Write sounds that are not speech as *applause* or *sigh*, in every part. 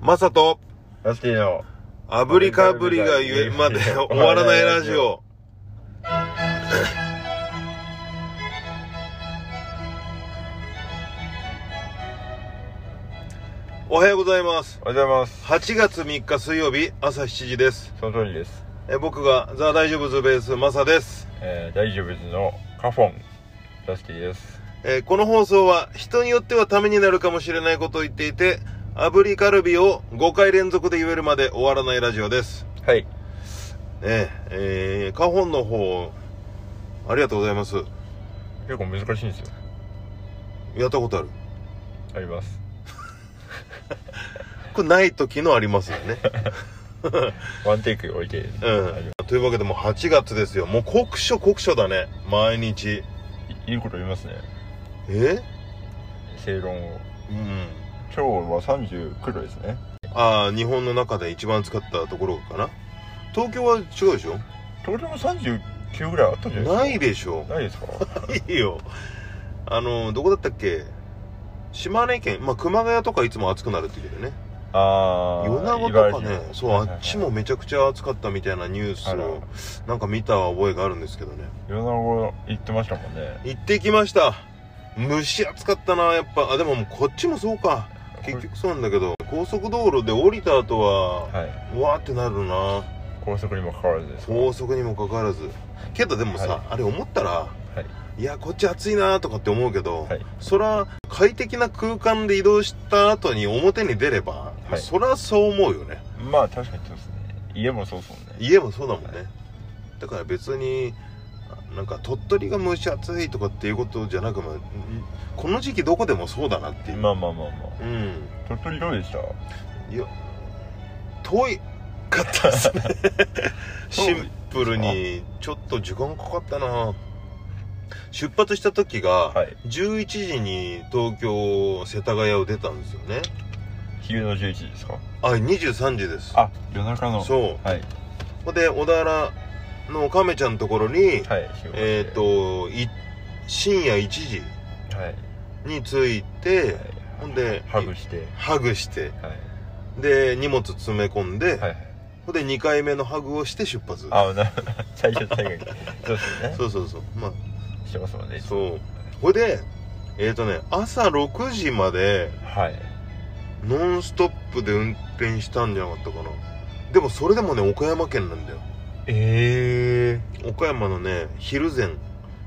まさと、ラスティの。あぶりかぶりがゆえまで *laughs* 終わらないラジオ。おはようございます。おはようございます。 8月3日水曜日朝7時です。その通りです。え僕がザ・大丈夫ズベースマサです。えー、大丈夫ですのカフォン、ラスティです。えーこの放送は人によってはためになるかもしれないことを言っていて、炙りカルビを5回連続で言えるまで終わらないラジオです。はい。ねえ、えー、カホンの方、ありがとうございます。結構難しいんですよ。やったことある。あります。これない時のありますよ *laughs* ね。ワンテイク置いて。ありまうん。というわけでもう8月ですよ。もう酷暑酷暑だね。毎日。すいいこと言いますね。え正論を。うん。今日は39度ですね。ああ、日本の中で一番使ったところかな。東京は違うでしょ東京も39ぐらいあったんじゃなないいででしょすか。ない *laughs* ですかいいよ。あの、どこだったっけ島根県、まあ、熊谷とかいつも暑くなるって言うけどね。あー。米子とか茨ね城、のそう、あっち。もめちゃくちゃ暑かったみたいなニュースあらを、なんか見た覚えがあるんですけどね。米子行ってましたもんね。行ってきました。蒸し暑かったな、やっぱ。あ、でももうこっちもそうか。結局そうなんだけど、高速道路で降りた後は、はい。うわーってなるな。高速にもかかわらずですか。高速にもかかわらず。けどでもさ、はいあれ思ったら、い、や、こっち暑いなとかって思うけど、はいそら快適な空間で移動した後に表に出れば、はいそらそう思うよねまあ確かにそうですね。家もそうそうね。家もそうだもんね、だから別にあなんか鳥取が蒸し暑いとかっていうことじゃなくまあんこの時期どこでもそうだなっていう、まあまあまあまあ。うん鳥取どうでしたいや遠いかったです *laughs* ねシンプルにちょっと時間かかったな出発した時が、はい11時に東京世田谷を出たんですよね昼の11時ですかあ23時ですあ夜中のそうはいここで小田原の亀ちゃんのところに、はいえっ、とい深夜1時はいに着いて、ほんでハグしてハグしてはいで荷物詰め込んで、はいほんで2回目のハグをして出発あな *laughs* 最初最後にそうですよねそうそうそうまあしてますもんねそうほいでえっ、とね朝6時まではいノンストップで運転したんじゃなかったかなでもそれでもね岡山県なんだよえ岡山のね蒜山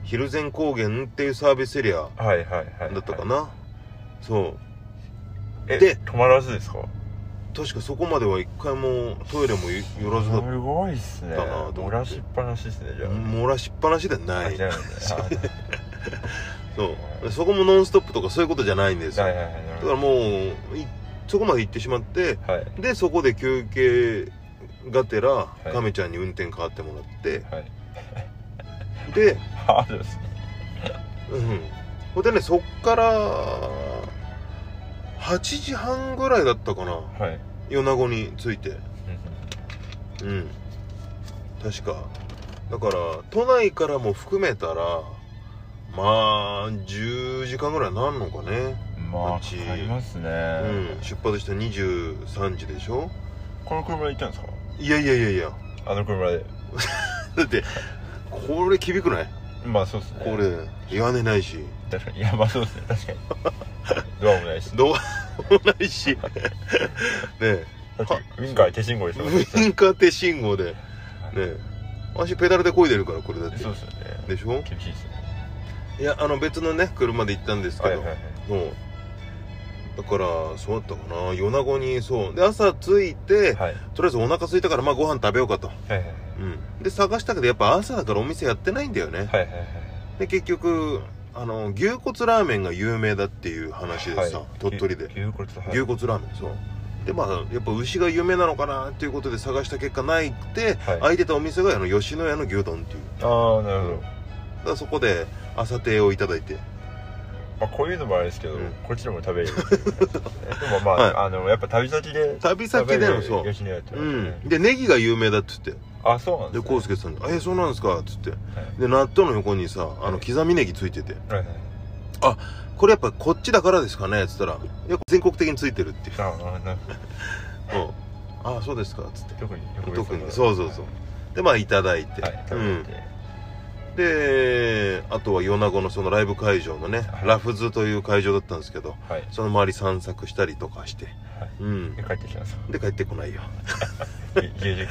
蒜山高原っていうサービスエリアー、はいはいはいだったかな、そうえでで止まらずですか確かそこまでは一回もトイレもよ寄らずだっすごいっすねだなと思って漏らしっぱなしですねじたゃあ漏らしっぱなしではなあいじゃあねそうそこもノンストップとかそういうことじゃないんですあよはいだはいはいなるほからもういそこまで行ってしまってどはいでそこで休憩がてらい亀ちゃんに運転変わってもらってはいでハードですねうんほんでねそっから8時半ぐらいだったかなはい米子に着いてうん確かだから都内からも含めたらまあ10時間ぐらいなんのかねまあうかちかりますね、うん出発して23時でしょこの車で行ったんですかいやいやいやいやあの車でだってこれ厳くないまあそうですねこれ屋根ないし確かにいやまあそうですね確かにドア *laughs* もないしドアもないしねえだってウィンカー手信号ですウよねインカー手信号でねえ足ペダルで漕いでるからこれだってそうですよねでしょ厳しいですねいやあの別のね車で行ったんですけはいど、はいはいそうだからそうだったかな夜子にそうで朝着いて、はいとりあえずお腹空いたからまあご飯食べようかと、はいはいはいうん、で探したけどやっぱ朝だからお店やってないんだよね、はいはいはいで結局あの牛骨ラーメンが有名だっていう話でさ、はい鳥取で牛牛骨はい牛骨ラーメンそうでまあやっぱ牛が有名なのかなっていうことで探した結果ないって、はい空いてたお店があの吉野家の牛丼っていうああなるほど、だからそこで朝亭をいただいてまあ、こういうのもあれですけど、うんこっちでも食べれるっていうねでもまあ、あのやっぱ旅先で旅先でのそう吉野家ってうのはねんでネギが有名だっつってあそうなんでですねコウスケさんに「えそうなんですか」っつってで納豆の横にさあの刻みネギついててはいはいはいあこれやっぱこっちだからですかねっつったらいや全国的についてるっていうああなんかうんああそうですかっつって特に特にそうそうそうでまあいただいて、はい食うべんて、であとは米子のそのライブ会場のね、はいラフズという会場だったんですけどはいその周り散策したりとかして、はいうんで帰ってきたんですよで帰ってこないよ *laughs* 家時間いやいや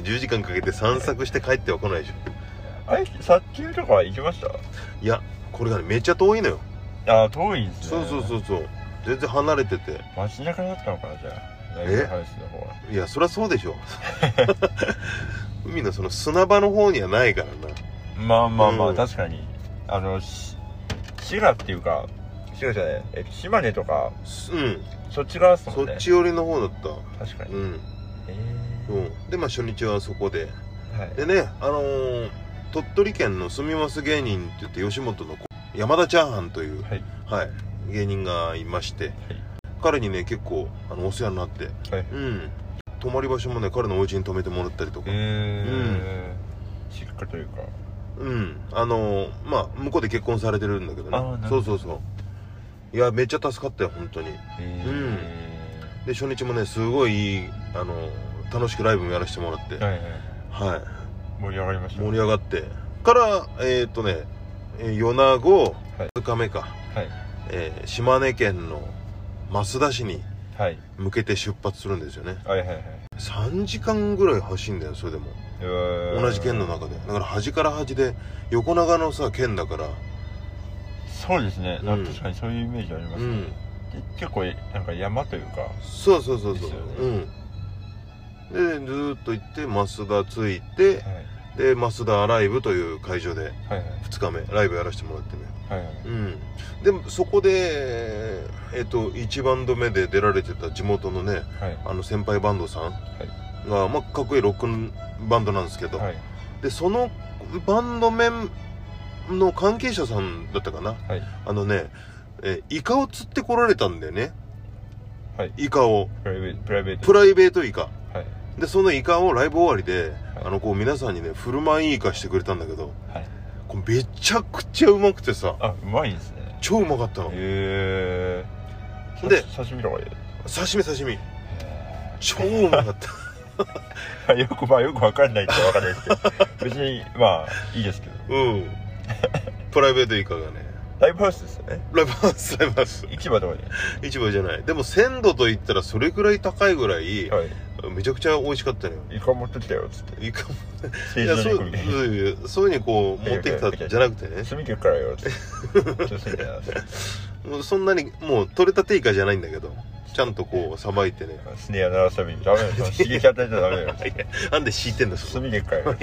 10時間かけて散策して帰っては来ないでしょあれ殺球とか行きましたいやこれがねめっちゃ遠いのよ、ああ遠いんですそねうそううそうそう全然離れてて街中だったのかなじゃあライブハウスの方はいやそりゃそうでしょ *laughs* 海のその砂場の方にはないからなまあまあまあ、うん確かにあのし滋賀っていうか滋賀じゃないえ島根とかすうんそっち側っすもそんねっち寄りの方だった確かに、うん、えうん、でまあ初日はそこでーはい、でねあのー鳥取県の住みます芸人って言って吉本の子山田チャーハンという、はいはい、芸人がいまして、彼にね結構あのお世話になって、はいうん泊まり場所もね彼のお家に泊めてもらったりとか、えーしっかりというかうんあのーまあ向こうで結婚されてるんだけどあーねなそるほうどそうそういやめっちゃ助かったよ本当にえで初日もねすごいいい、あのー楽しくライブもやらせてもらって、ーはいはいはい、盛り上がりました盛り上がってからえっ、とねえー米子はい2日目か、はいえー島根県の益田市にはい向けて出発するんですよねはいはいはい3時間ぐらい走んだよそれでもうーん同じ県の中でだから端から端で横長のさ県だからそうですね、うん確かにそういうイメージありまうす、ねんで結構なんか山というかそうそうそうそう、ですよねうんでずーっと行って益田着いてはいで益田アライブという会場ではい2日目ライブやらせてもらってねはいはいはいうん、でそこで、えっと1バンド目で出られてた地元のねはいあの先輩バンドさんが、まあ、かっこいいロックンバンドなんですけど、はいでそのバンドメンの関係者さんだったかなはいあのねえイカを釣ってこられたんだよねはいイカをプライベートプライベートプライベートイカはいでそのイカをライブ終わりで、はいあのこう皆さんにね振る舞いイカしてくれたんだけどはいこうめちゃくちゃうまくてさあうまいですね超うまかったのへえで刺身とかで刺身刺身超うまかったへえよくまあよくわかんないってわかんないですけど *laughs* 別にまあいいですけどうんプライベートイカがねライブハウスですよねライブハウスライブハウス市場とかで市場じゃないでも鮮度といったらそれぐらい高いぐらいはめちゃくちゃ美味しかったのよいイカ持ってきたよっつってイカもステいーやジそのう肉みたいそういうそういうふうにこう持ってきたじゃなくてねな炭切るからよっつってちょっと炭切るやもうそんなにもう取れたてイカじゃないんだけどちゃんとこうさばいてねつスネア鳴らすためにダメだよ刺激与えちゃダメだよ *laughs* なんで敷いてんだそこ炭切るからよ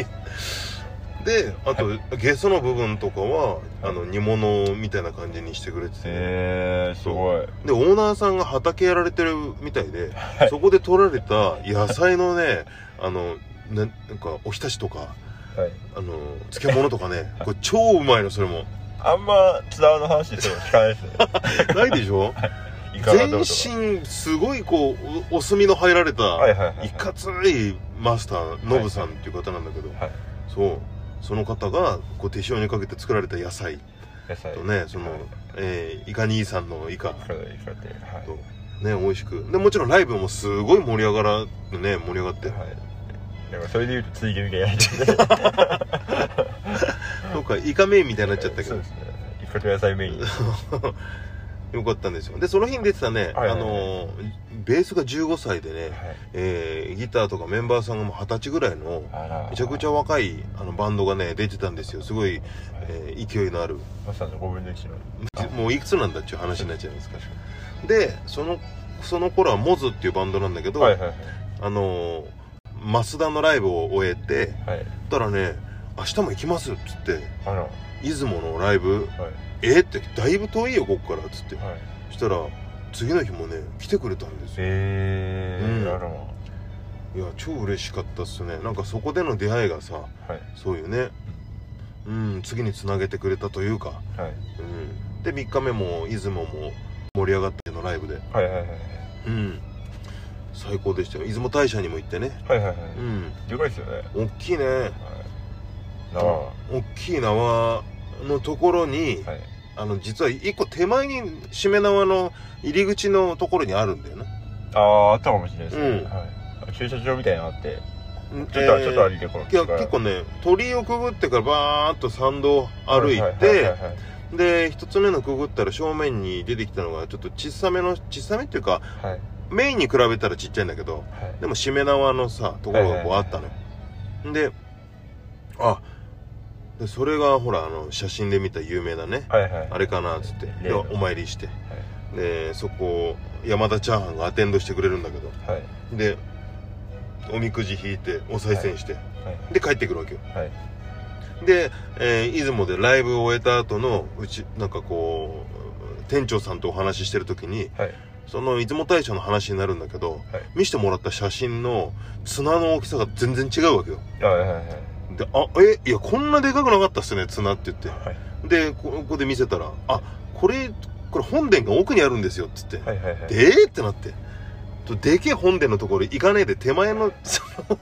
であと、ゲソの部分とかはあの煮物みたいな感じにしてくれてて、へえすごいでオーナーさんが畑やられてるみたいで、そこで取られた野菜のね *laughs* あのななんかおひたしとかはいあの漬物とかね *laughs* これ超うまいのそれもあんま津田の話しても聞かないですねないでし *laughs* ょイカが全どうとか身すごいこうおお墨の入られたはいはいはいはいいかついマスターノブさんっていう方なんだけど、はいそうその方がこう手塩にかけて作られた野菜野菜とねその、えーイカ兄さんのイカイカでイカではいとね美味しくでもちろんライブもすごい盛り上がらね盛り上がってはい。なんかそれで言うとつい気味がやりちゃっそうかイカメインみたいになっちゃったけそどうですね。イカと野菜メイン。 *laughs* よかったんですよでその日に出てたね、はいはいはいあのーベースが15歳でね、えーギターとかメンバーさんがもう二十歳ぐらいのあら。めちゃくちゃ若いあのバンドがね出てたんですよすごい、えー勢いのあるまさの5分の1の。あもういくつなんだっちゅう話になっちゃいますからでそのその頃はモズっていうバンドなんだけど、はいはいあのー増田のライブを終えてはい。はい。たらね明日も行きますっつってあら。は出雲のライブい。はえーってだいぶ遠いよこっからっつってい。したら次の日もね来てくれたんですよえうんー。あら。はいや超嬉しかったっすねなんかそこでの出会いがさい。そういうねうん次につなげてくれたというか、はい。うん、で3日目も出雲も盛り上がってのライブではいはいはい。うん最高でしたよ出雲大社にも行ってねはいはいはうんい。でかいですよね。はい。大きいねなあ。は大きい縄のところにい。はい。あの実は一個手前にしめ縄の入り口のところにあるんだよねあああったかもしれないですね、うんはい、駐車場みたいなのあってちょっと、ちょっと歩いてこのいや結構ね鳥居をくぐってからバーッと参道歩いてで一つ目のくぐったら正面に出てきたのがちょっと小さめの小さめっていうかはいメインに比べたらちっちゃいんだけどはいでもしめ縄のさところがこうあったのよであでそれがほらあの写真で見た有名なねはいはいあれかなっつってで例のお参りしてでそこを山田チャーハンがアテンドしてくれるんだけどはいはいでおみくじ引いてお賽銭してで帰ってくるわけよはいで、えー出雲でライブを終えた後のうちなんかこう店長さんとお話ししてる時にはいその出雲大社の話になるんだけど、はい見せてもらった写真の綱の大きさが全然違うわけよはいはいはいで「あえいやこんなでかくなかったっすね綱」って言ってはいでこここで見せたら「あこれこれ本殿が奥にあるんですよ」っつってはいはいはいでえーってなってとでけえ本殿のところ行かねえで手前の *laughs* その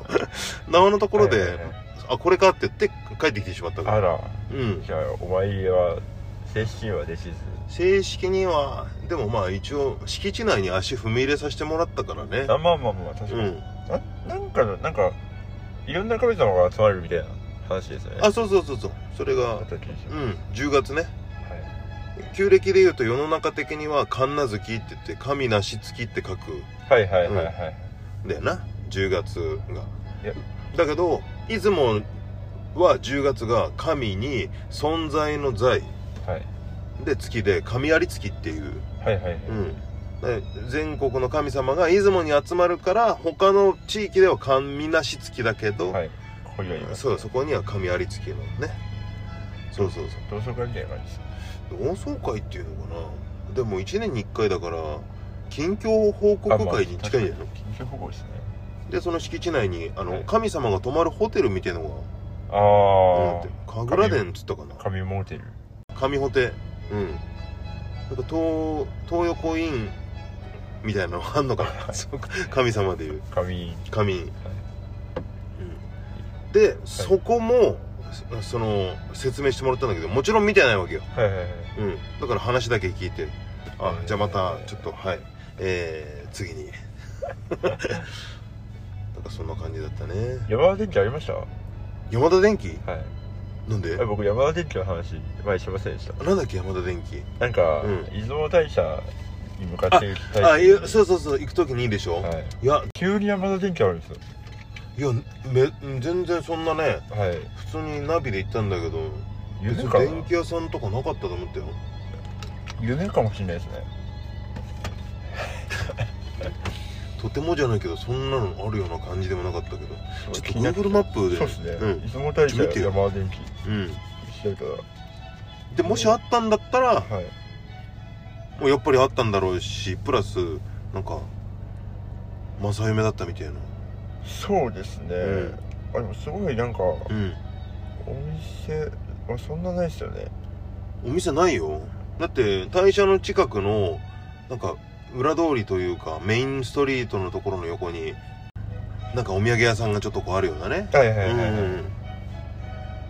縄のところで、はいはいはいあこれかって言って帰ってきてしまったかあららうんじゃあお参りは正式にはできず正式にはでもまあ一応敷地内に足踏み入れさせてもらったからねあまあまあまあ確うかに、んななんかのなんかいろんな神様が集まるみたいな話ですよねあそうそうそうそうそれあがった気がしうますん10月ねはい旧暦で言うと世の中的には神無月って言って神なし月って書くはいはいはいはいんだよな10月がいやだけど出雲は10月が神に存在の在はいで月で神有月っていう、はいはいはいうん、で全国の神様が出雲に集まるから他の地域では神なし月だけど、はいここには言いますそうそこには神有月のねそうそうそう同窓会みたいな感じです同窓会っていうのかなでも1年に1回だから近況報告会に近いんじゃないの、緊急保護ですねでその敷地内にあの、はい神様が泊まるホテルみたいのがなんあていうの神楽殿っつったかなあ神モーテル神ホテうんなんか東東横インみたいなの *laughs* あんのかなそうか神様でいう神神、うん、で、そこもそその説明してもらったんだけどもちろん見てないわけよはいはいはいうん、だから話だけ聞いてあえーじゃあまたちょっとはいえー、次 *laughs* になんかそんな感じだったね山田電機ありましたは山田電機いなんであ僕山田電機の話前しませんでしたなんだっけ山田電機なんか、うん出雲大社に向かっていく大あいやそううそうそう行く時にいいでしょ、はいい、や急に山田電機あるんですよいやめ全然そんなねはい普通にナビで行ったんだけど別夢にかな電気屋さんとかなかったと思ったよ夢かもしれないですねとてもじゃないけどそんなのあるような感じでもなかったけどちょっと気になて Google マップでそうですね、うん出雲大社見てよ山田電機うん調べたでもしあったんだったららはいもうやっぱりあったんだろうしプラスなんか正夢だったみたいなそうですね、うんあでもすごいなんかおうん店あそんなないですよねお店ないよだって大社の近くのなんか裏通りというかメインストリートのところの横になんかお土産屋さんがちょっとこうあるようなねはいはういはい、はいん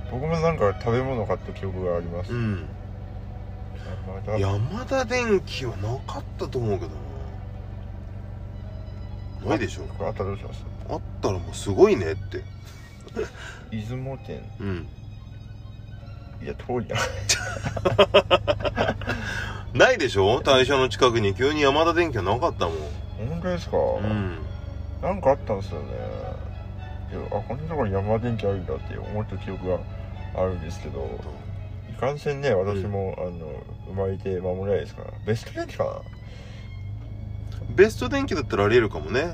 僕もなんか食べ物買った記憶があります、うん山う田ん山田電機はなかったと思うけどなないでしょこれあったらどうしますあったらもうすごいねって出雲店うんいや遠いな *laughs* ないでしょ大社の近くに急に山田電機はなかったもん本当ですか、うんなんかあったんですよねいやあこんなところに山田電機あるんだって思った記憶があるんですけどいかんせんね私も、あの生まれて間もないですからベスト電機かベスト電気だったらありえるかもね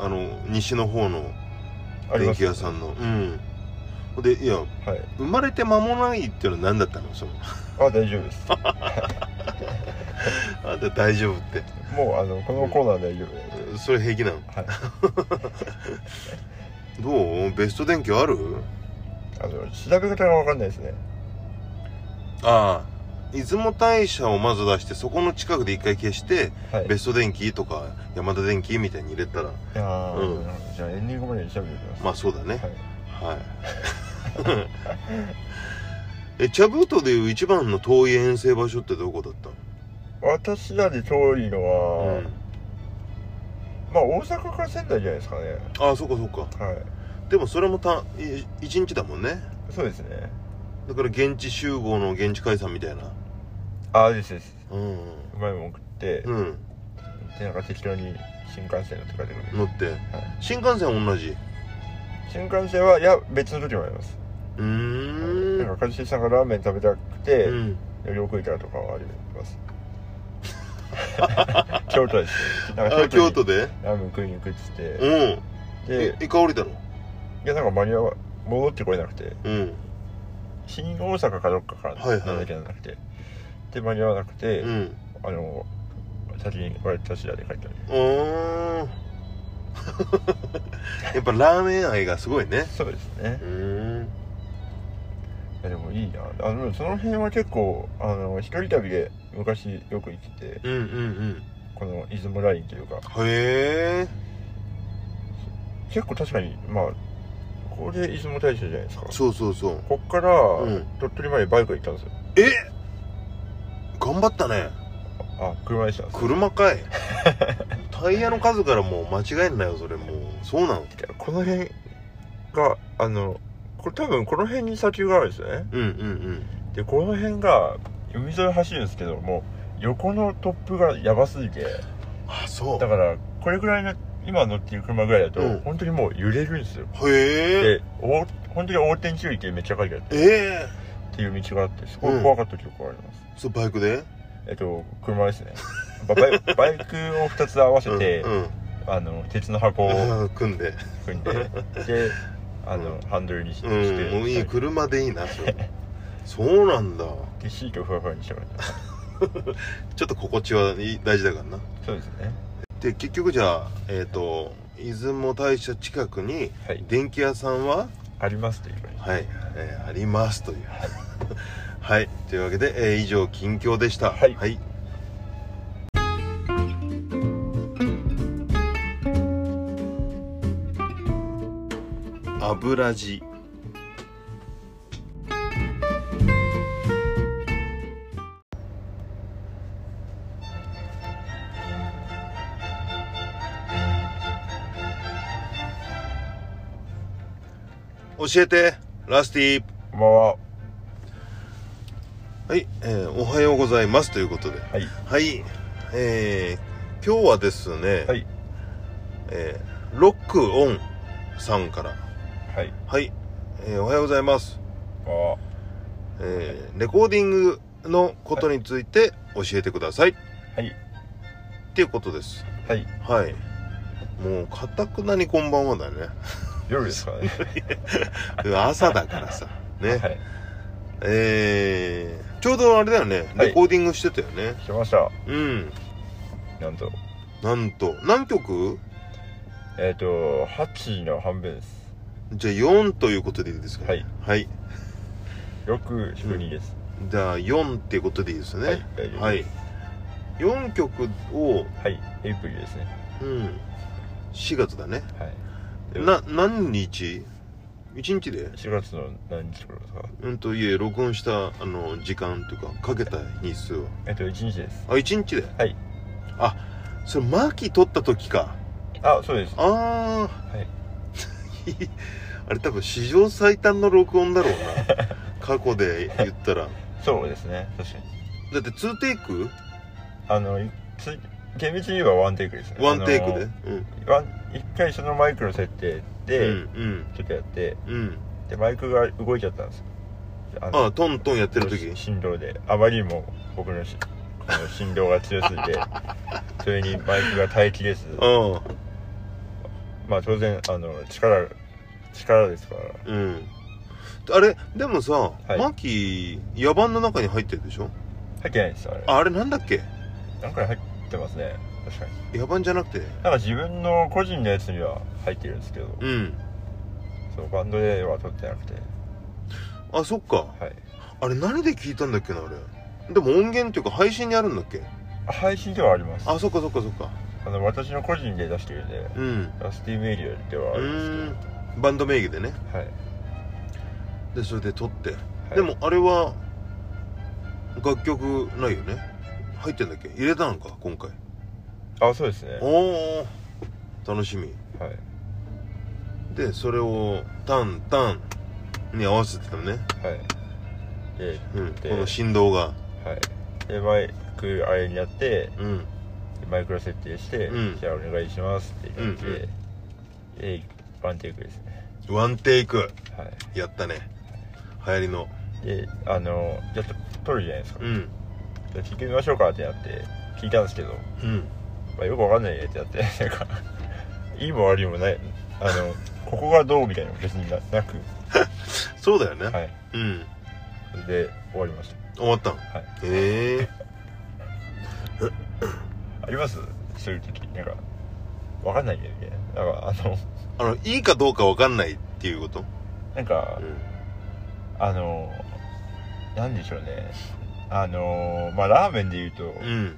あの西の方のなあり電ます気屋さんのうんほんでいやはい生まれて間もないっていうのは何だったのその *laughs* あ大丈夫ですあんた大丈夫ってもうあのこのコーナー大丈夫です、それ平気なのはい *laughs* どうベスト電気あるあの調べ方が分かんないですねああ出雲大社をまず出してそこの近くで一回消して、はいベスト電気とか山田電気みたいに入れたらいやー、うんじゃあエンディングまでに調べておきますまあそうだねはいはい、 *laughs* え茶封とでいう一番の遠い遠征場所ってどこだった私らで遠いののは、まあ大阪から仙台じゃないですかねああそっかそっかはいでもそれもたい一日だもんねそうですねだから現地集合の現地解散みたいなああですですうんうまいもん食って、うん、うん、でなんか適当に新幹線乗って帰ってくる、乗って、い新幹線は同じ新幹線はいや別の時もあります、うーんなんか一茂さんがラーメン食べたくて、うん旅行行ったらとかはあります *laughs* 京都ですねなんかあ京都にでラーメン食いに行くっつって、うんえでえ香りだろいやなんか間に合わ戻ってこれなくてうん新大阪かどっかからはいはいなんだっけなんだっけで間に合わなくて、うんあの先に私らで帰ったりうーん *laughs* やっぱラーメン愛がすごいねそうですねうーんいやでもいいなあのその辺は結構あの一人旅で昔よく行っててうんうんうんこの出雲ラインというかへえ結構確かにまあこれで出雲大社じゃないですかそうそうそうこっから、ん鳥取までバイクで行ったんですよえ頑張ったねあ車でしたい車かい *laughs* タイヤの数からもう間違えんなよそれもうそうなのやこの辺があのこれ多分この辺に砂丘があるんですよねうんうんでこの辺が海沿い走るんですけども横の突風がやばすぎてうんあそだからこれぐらいの今乗ってる車ぐらいだと、うん本当にもう揺れるんですようへえでお本当に横転注意ってめっちゃ書いてあるええっていう道があってすごい怖かった記憶があります、そうバイクでえっと車ですね *laughs* ババイバイクを2つ合わせて、うんうんあの鉄の箱をあー *laughs* 組んで組んでであの、うんハンドルにしうて、んもういいで車でいいなそ *laughs* れそうなんだシートをふわふわにしてもらったちょっと心地はいい大事だからなそうですねで結局じゃあえっ、と出雲大社近くにはい電気屋さんはありますというかはい、えーありますというはいというわけで、えー以上近況でしたはいはい、油地教えてラスティこんばんははい、えーおはようございますということではいはい、えー今日はですね、はいえーロックオンさんから、はいはい、えーおはようございます、こんばんはえーレコーディングのことについて教えてください、はいっていうことです。はいはい。もう、かたくなにこんばんはだ *laughs* ね。夜ですからね朝だからさ。ね。はいえー、ちょうどあれだよね。はいレコーディングしてたよね。来ましたうん。なんとなんと、何曲えっ、と8の半分ですじゃあ4ということでいいですか、はい。はい。 6引く2です、じゃあ4っていうことでいいですはいね。大丈夫ですはい。4曲を、はいエイプリルですねうん。4月だね。はいな、何日 ?1 日で4月の何日頃ですかうんと、いえ、録音した、あの、時間というか、かけた日数は。えっと1日ですあ、1日ではいあ、それ、マキ取った時か。あそうですああ。はい *laughs* あれ多分、史上最短の録音だろうな。過去で言ったら。そうですね確かにだって、2テイクあのいつ厳密に言えばワンテイクですねワンテイクあで。うん。のワン一回そのマイクの設定で、うん、ちょっとやってうん。うん。でマイクが動いちゃったんですよあああ、トントンやってる時し振動であまりにも僕のしこの振動が強すぎ *laughs* てそれにマイクが耐えきれずあまあ当然あの力力ですからあ、うん。あれ、でもさ、いマキ、野蛮の中に入ってるでしょ入ってないですあれああれなんだっけなんか入ってますね確かに野蛮じゃなくて。なんか自分の個人のやつには入ってるんですけど、うん。そうバンドでは撮ってなくてあ、そっか。はいあれ何で聞いたんだっけなあれでも音源っていうか配信にあるんだっけ配信ではありますあそっかそっかそっかあの私の個人で出してるんでうんラスティメイリアではうあるんですーんバンド名義でねけどはいでそれで撮ってははいでもあれは楽曲ないよね入ってんだっけ入れたのか今回あそうですねはおお楽しみいでそれをタンタンに合わせてたのね、はいでうん、こでの振動がはいでマイクあれにやってうんマイクロ設定して、うんじゃあお願いしますって言って、うんうんでワンテイクですねワンテイクはやったね流行りのいであのじゃあと撮るじゃないですか、うんじゃあ聞いてみましょうかってなって聞いたんですけど、うんまあ、よくわかんないねってな *laughs* ってなんかいいも悪いもないあのここがどうみたいなの別にななくそうだよね、はいうんで終わりました終わったん、はいへえありますそういう時なんかわかんないんだよねなんかあのあのいいかどうかわかんないっていうことなんかうんあのなんでしょうねあのまあラーメンで言うと、うん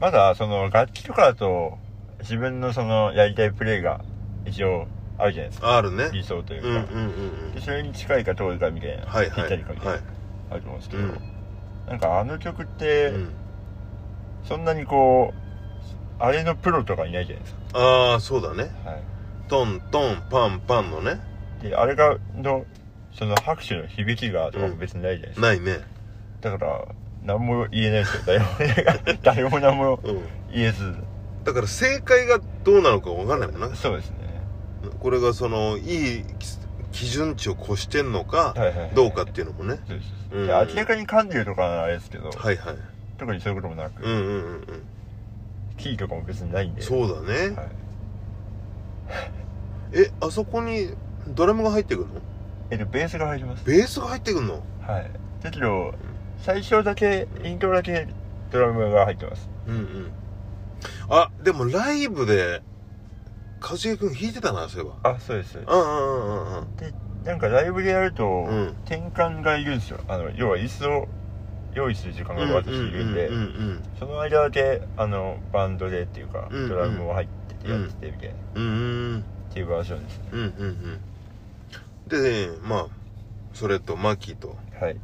まだその楽器とかだと自分のそのやりたいプレイが一応あるじゃないですかあるね理想といううか、んうんうんでそれに近いか遠いかみたいな、うんはいぴはったいりかみたいな、はいあると思うんですけど、うんなんかあの曲って、うんそんなにこうあれのプロとかいないじゃないですああそうだねか、はトントンパンパンのねい、であれがのその拍手の響きがとかも別にないじゃないですか、ないねだから何も言えないですよ誰も誰も *laughs* 何もうん言えずだから正解がどうなのかわかんないもんなそうですねこれがそのいい基準値を越してんのかはいはいはいどうかっていうのもねそうですそううんですで明らかに噛んでるとかはあれですけど、はいはい特にそういうこともなく、うんうんうんうんキーとかも別にないんでそうだねはい、えあそこにドラムが入ってくるのえっとベースが入りますベースが入ってくるのはいだけど最初だけイントロだけドラムが入ってますうんうんあでもライブで和樹君弾いてたなそういえばあそうですそうですうんうんうんうんでなんかライブでやると、うん転換がいるんですよあの要は椅子を用意する時間が私いるんで、うんうんその間だけあのバンドでっていうか、うんうんドラムを入っててやっててみたいな、っうんうんうんていうバージョンですねうんうんうんでまあそれとマキとはい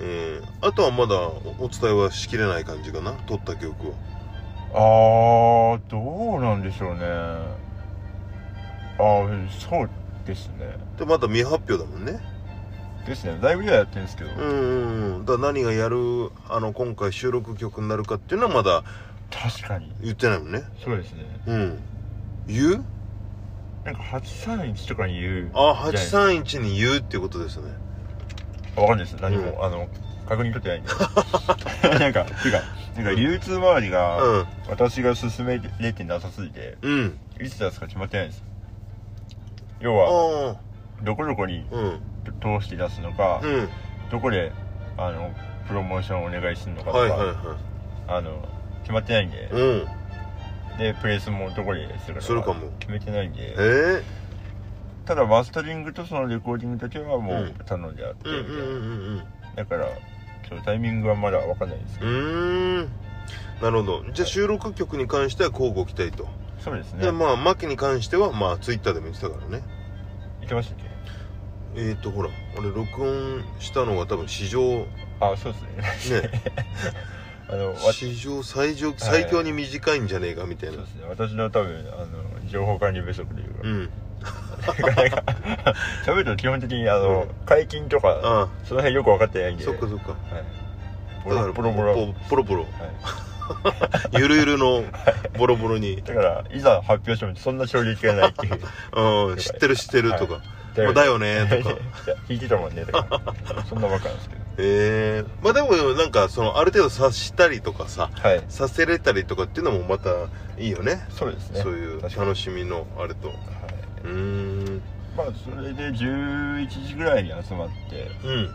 えー、あとはまだおお伝えはしきれない感じかな撮った曲はあーどうなんでしょうねあーそうですねでまだ未発表だもんねですねライブではやってるんですけど、うんうんうんだから何がやるあの今回収録曲になるかっていうのはまだ確かに言ってないもんねそうですねうん言うなんか831とかに言うあじゃない831に言うっていうことですねわかんないです何も、うあの確認取ってないんで *laughs* なんかていうかなんか流通周りが、私が進めれてなさすぎてうんうんいつ出すか決まってないんです要あはあどこどこにうんうん通して出すのか、どこであのプロモーションをお願いするのかとか、はいはいはあの決まってないんでい、うんでプレイスもどこでするかするかも決めてないえんでー、ただマスタリングとそのレコーディングだけはもうんう頼んであって、うんうんうんだからちょっとタイミングはまだ分かんないですけうど、んうーんなるほどじゃあ収録曲に関しては交互期待と、そうですねでまあマキに関してはまあツイッターでも言ってたからね行けましたっけえー、とほら俺録音したのが多分史上あそうですねねあ *laughs* のわそう史上最上最強に短いんじゃねえかみたいなですね私の多分あの情報管理不足というか、うんなんか *laughs* 喋ると基本的にあの、解禁とかあその辺よく分かってないんあでそっかそっかはい、ボだかロらボロボロ、はい、ポロポロゆるゆる *laughs* のボロボロにだからいざ発表してもそんな衝撃がないって *laughs* いううん知ってる知ってるとかまあだよねとか *laughs* いや聞いてたもんね *laughs* とかそんなばっかなんですけどええまあでもなんかそのある程度察したりとかさはいさせれたりとかっていうのもまたいいよねそうですねそういう確かに楽しみのあれとはうーんい、まあそれで11時ぐらいに集まってうん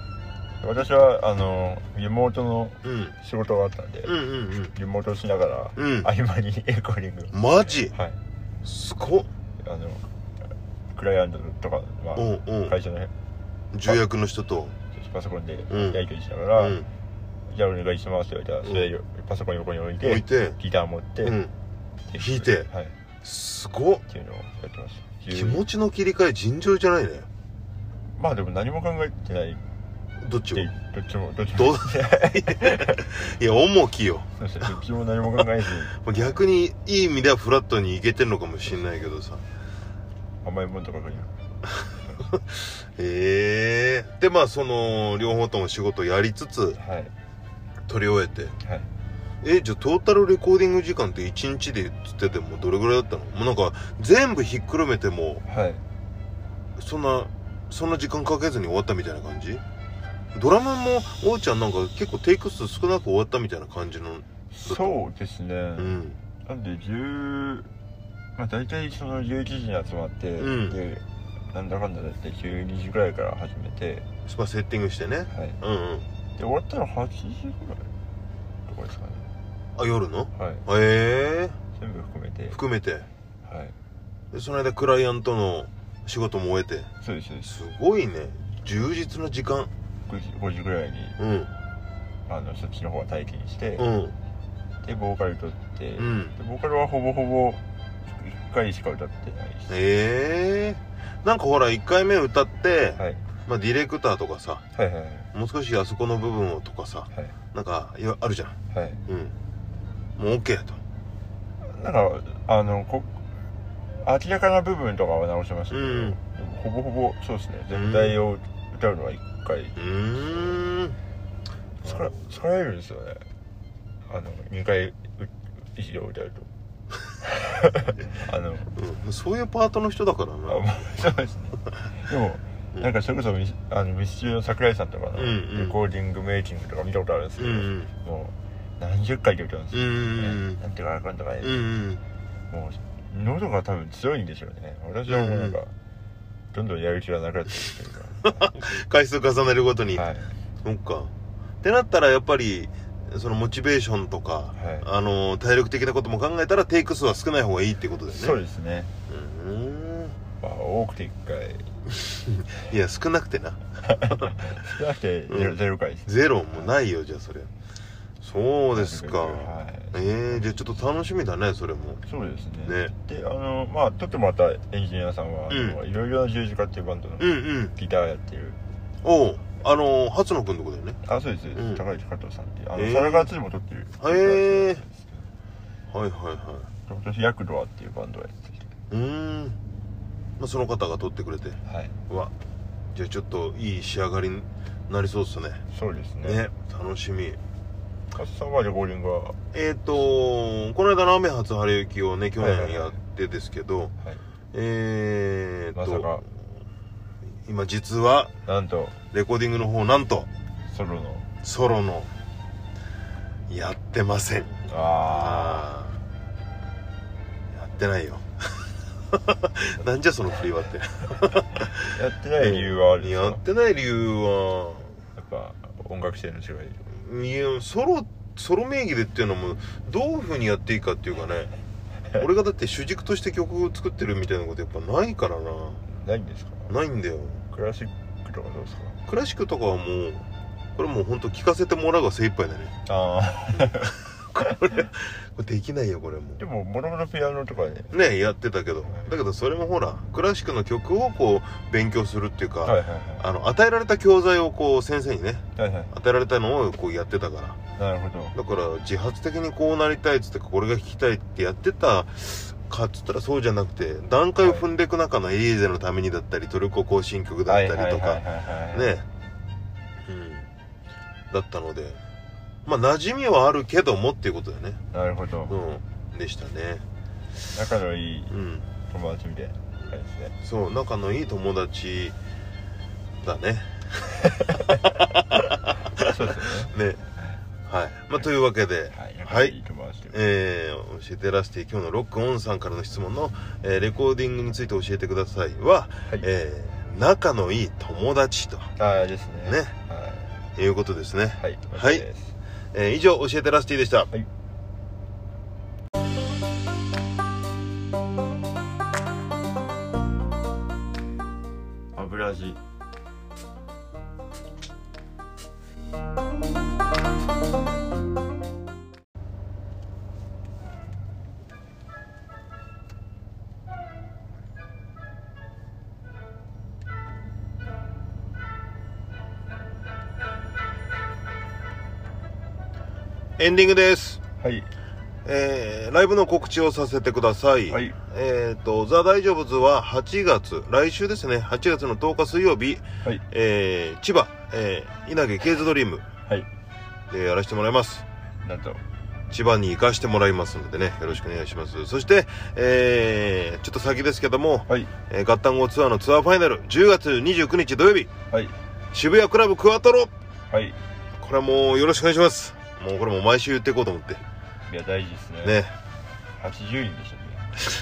私はあのリモートのうん仕事があったんで、うんうんリモートしながら、うんうん合間に *laughs* エコーリングマジはいすごっあのクライアントとか、まうんあ、うん会社の重役の人とパソコンでうんやり取りしながうら、んじゃあお願いしますって言われたらそれよパソコン横に置いて置いてギター持って、うん弾いてはい、っすごっていうのをやってました気持ちの切り替え尋常じゃないねまあでも何も考えてないどっちをえどっちもどっちもどう *laughs* いや重きよそうですねどっちも何も考えず逆にいい意味ではフラットにいけてんのかもしんないけどさ甘いもんとかがいいええでまあその両方とも仕事やりつつはい取り終えてはいえじゃあトータルレコーディング時間って1日でっつっててもどれぐらいだったのもうなんか全部ひっくるめてもはいそんなそんな時間かけずに終わったみたいな感じドラムもおうちゃんなんか結構テイク数少なく終わったみたいな感じのそうですね、うんなんで10まあ大体その11時に集まって、うんでなんだかんだだって12時ぐらいから始めて、スパセッティングしてねはい、うんうんで終わったの8時ぐらいとかですかねあ夜のはいええ全部含めて含めてはいでその間クライアントの仕事も終えてそうですそうですすごいね充実な時間5時 ,5 時ぐらいにうんあのそっちの方は待機にして、うんでボーカル取って、うでんボーカルはほぼほぼ1回しか歌ってないし、ええなんかほら1回目歌って、はい、まあ、ディレクターとかさはいはいはいもう少しあそこの部分をとかさはいなんかいやあるじゃんはいうんもう OK となんかあのこ明らかな部分とかは直しましたけど、うんでもほぼほぼそうですね全体を歌うのは1回うーん疲れ疲れるんですよねあの2回う以上歌 *laughs* うとあのうんそういうパートの人だからあなまあそうですねでもうんなんかそれこそミスあのミスチルの桜井さんとかのうんうんレコーディングメイキングとか見たことあるんですけうど、んもう何十回って歌うんですうんうよ、んなんていうかなんとかね、うんうんもう喉が多分強いんでしょうね私はもうなんか、どんどんやる気がなくなってくるというか回数重ねるごとに、はい *laughs* そっかってなったらやっぱりそのモチベーションとか、はいあの体力的なことも考えたらテイク数は少ない方がいいってことだよねそうですねうーんまあ多くて1回いや少なくてな少なくてゼロ,、うんゼロ回ですゼロもないよじゃあそれそうですか、はいええじゃあちょっと楽しみだねそれもそうですねねであのまあ撮ってもらったエンジニアさんは、うんあのいろいろな十字架っていうバンドのうんうんギターやってる、おうあの初野くんとこだよねあそうです、うん高市加藤さんっていうあえのーサラガー2も撮ってるへーギターやってるんですはいはいはけど私ヤクドアっていうバンドをやってていうーん、まあ、その方が撮ってくれてはいうわじゃあちょっといい仕上がりになりそうっすねそうですねね楽しみカツさんはレコーディングははえっ、とこの間の「雨初晴れ行き」をね去年やってですけど、いえー、まさかと今実はなんとレコーディングの方なんとソロのソロのやってませんあああやってないよ *laughs* なんじゃその振りはってあやってない理由はあるんですかやってない理由はやっぱ音楽性の違いいやソロソロ名義でっていうのもどういうふうにやっていいかっていうかね俺がだって主軸として曲を作ってるみたいなことやっぱないからなないんですかないんだよクラシックとかどうですかクラシックとかはもうこれもうほんと聴かせてもらうが精一杯だねあこれこれできないよこれもあでももろもろピアノとかねねやってたけどだけどそれもほらクラシックの曲をこう勉強するっていうか、はいはいあの与えられた教材をこう先生にねはいはいは与えられたのをこうやってたからいなるほだどから自発的にこうなりたいっつってこれが弾きたいってやってたかっつったらそうじゃなくて段階を踏んでいく中のエリーゼのためにだったりトルコ行進曲だったりとはかいはいはいはいはいねうんだったのでまあ馴染みはあるけどもっていうことだよねなるほどうんでしたね仲のいいうん友達みたいな感じですねそう仲のいい友達だね *laughs* そうですよねねはいまあというわけではいはい仲のいい友達というえー教えてらして今日のロックオンさんからの質問の、えーレコーディングについて教えてくださいは、はいえー仲のいい友達とああですねねはいうことですね、いはいはいですえー以上教えてらしてでした、はい油地えエンディングですはいえーライブの告知をさせてください。はいえっ、と、ザ・大丈夫ズは8月、来週ですね、8月の10日水曜日、はいえー千葉、えー稲毛ケーズドリームはいでやらせてもらいます。なんと千葉に行かしてもらいますのでね、よろしくお願いします。そして、えーちょっと先ですけども、はいえー、ガッタンゴーツアーのツアーファイナル、10月29日土曜日、はい渋谷クラブクワトロはいこれはもうよろしくお願いします。もうこれもう毎週言っていこうと思って。いや大事ですねね。 80人でし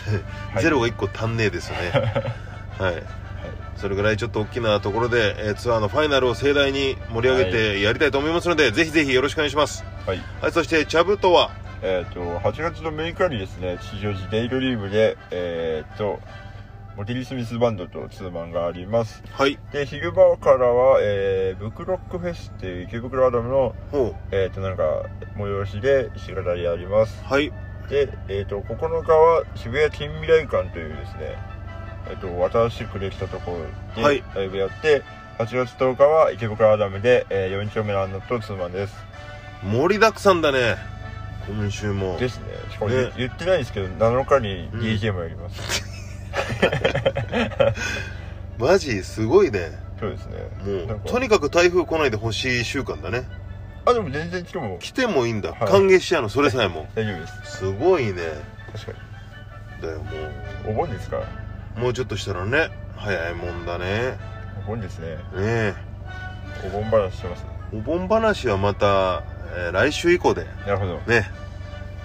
たね *laughs* ゼロはがい1個足んねえですよね *laughs* はいそれぐらいちょっと大きなところで、えーツアーのファイナルを盛大に盛り上げてやりたいと思いますので、ぜひぜひよろしくお願いしますはいはいそしてチャブとはえっ、と8月の6日にですね吉祥寺デイドリームでえっ、とモテリー・スミスバンドとツーマンがありますはいで昼間からは、えー、ブクロックフェスっていう池袋アダムのほえっ、となんか催しで石形でやりますうはいで、えー、と9日は渋谷近未来館というですね、えー、と新しくできたところはでいライブやって、8月10日は池袋アダムで、え4丁目のアンナとツーマンです盛りだくさんだね今週もですねしかも、ね言ってないですけど7日にうん DJ もやります、マジすごいねそうですねなもうんかとにかく台風来ないでほしい1週間だねあでも全然来ても来てもいいんだ、はい歓迎しちゃうのそれさえ *laughs* も大丈夫ですすごいね確かだよもにお盆ですかうもうちょっとしたらね早いもんだねお盆ですねねえお盆話してますお盆話はまた、えー来週以降でなるほどね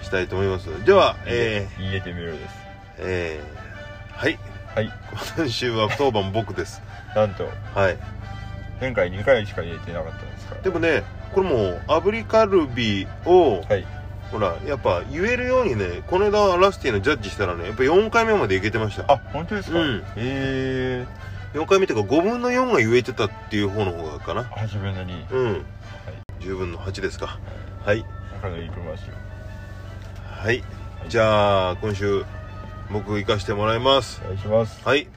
したいと思いますではえ言えてみるですー、えーはいはい今週は当番僕ですなんとはい前回2回しか言えてなかったんですからでもねこれもうアブリカルビを、はいほらやっぱ言えるようにねこの間ラスティのジャッジしたらねやっぱ4回目までいけてましたあ本当ですか、うんええ4回目っていうか5分の4が言えてたっていう方の方がかなー、あ自分のにうん10分の8ですかはい中のいい友達をはいじゃあ今週僕行かしてもらいますお願いしますはい。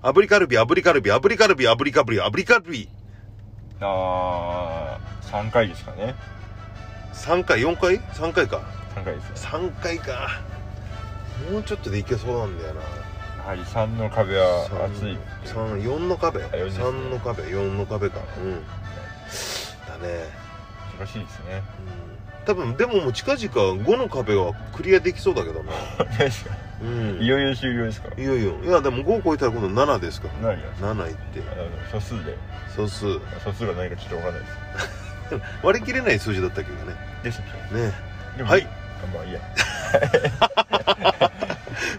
炙りカルビ、炙りカルビ、炙りカルビ、炙りカルビ、炙りカルビ。あ3回ですかね3回、4回 ?3 回か。 3回ですね3回か。もうちょっとでいけそうなんだよな。やはり3の壁は熱い三4の壁。四ですね3の壁、4の壁か。うん。だね。難しいですね *laughs* うん。多分、でももう近々5の壁はクリアできそうだけどな。うん。いよいよ終了ですかいよいよ。いや、でも5超えたら今度7ですから。何が7いって。あの素数で素数。素数が何かちょっとわかんない割り切れない数字だったけどね。ですですね。でもはいあまあいいや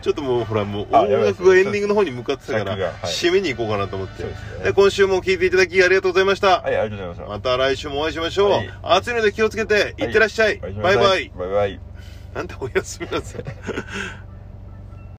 ちょっともうほらもうあ音やばい楽がエンディングの方に向かってたから尺がはい締めに行こうかなと思って、そうですねで今週も聞いていただきありがとうございました、はいありがとうございまますた来週もお会いしましょう、はい暑いので気をつけていってらっしゃい、おやすみなバさイバイいバイバイなんておやすみなさい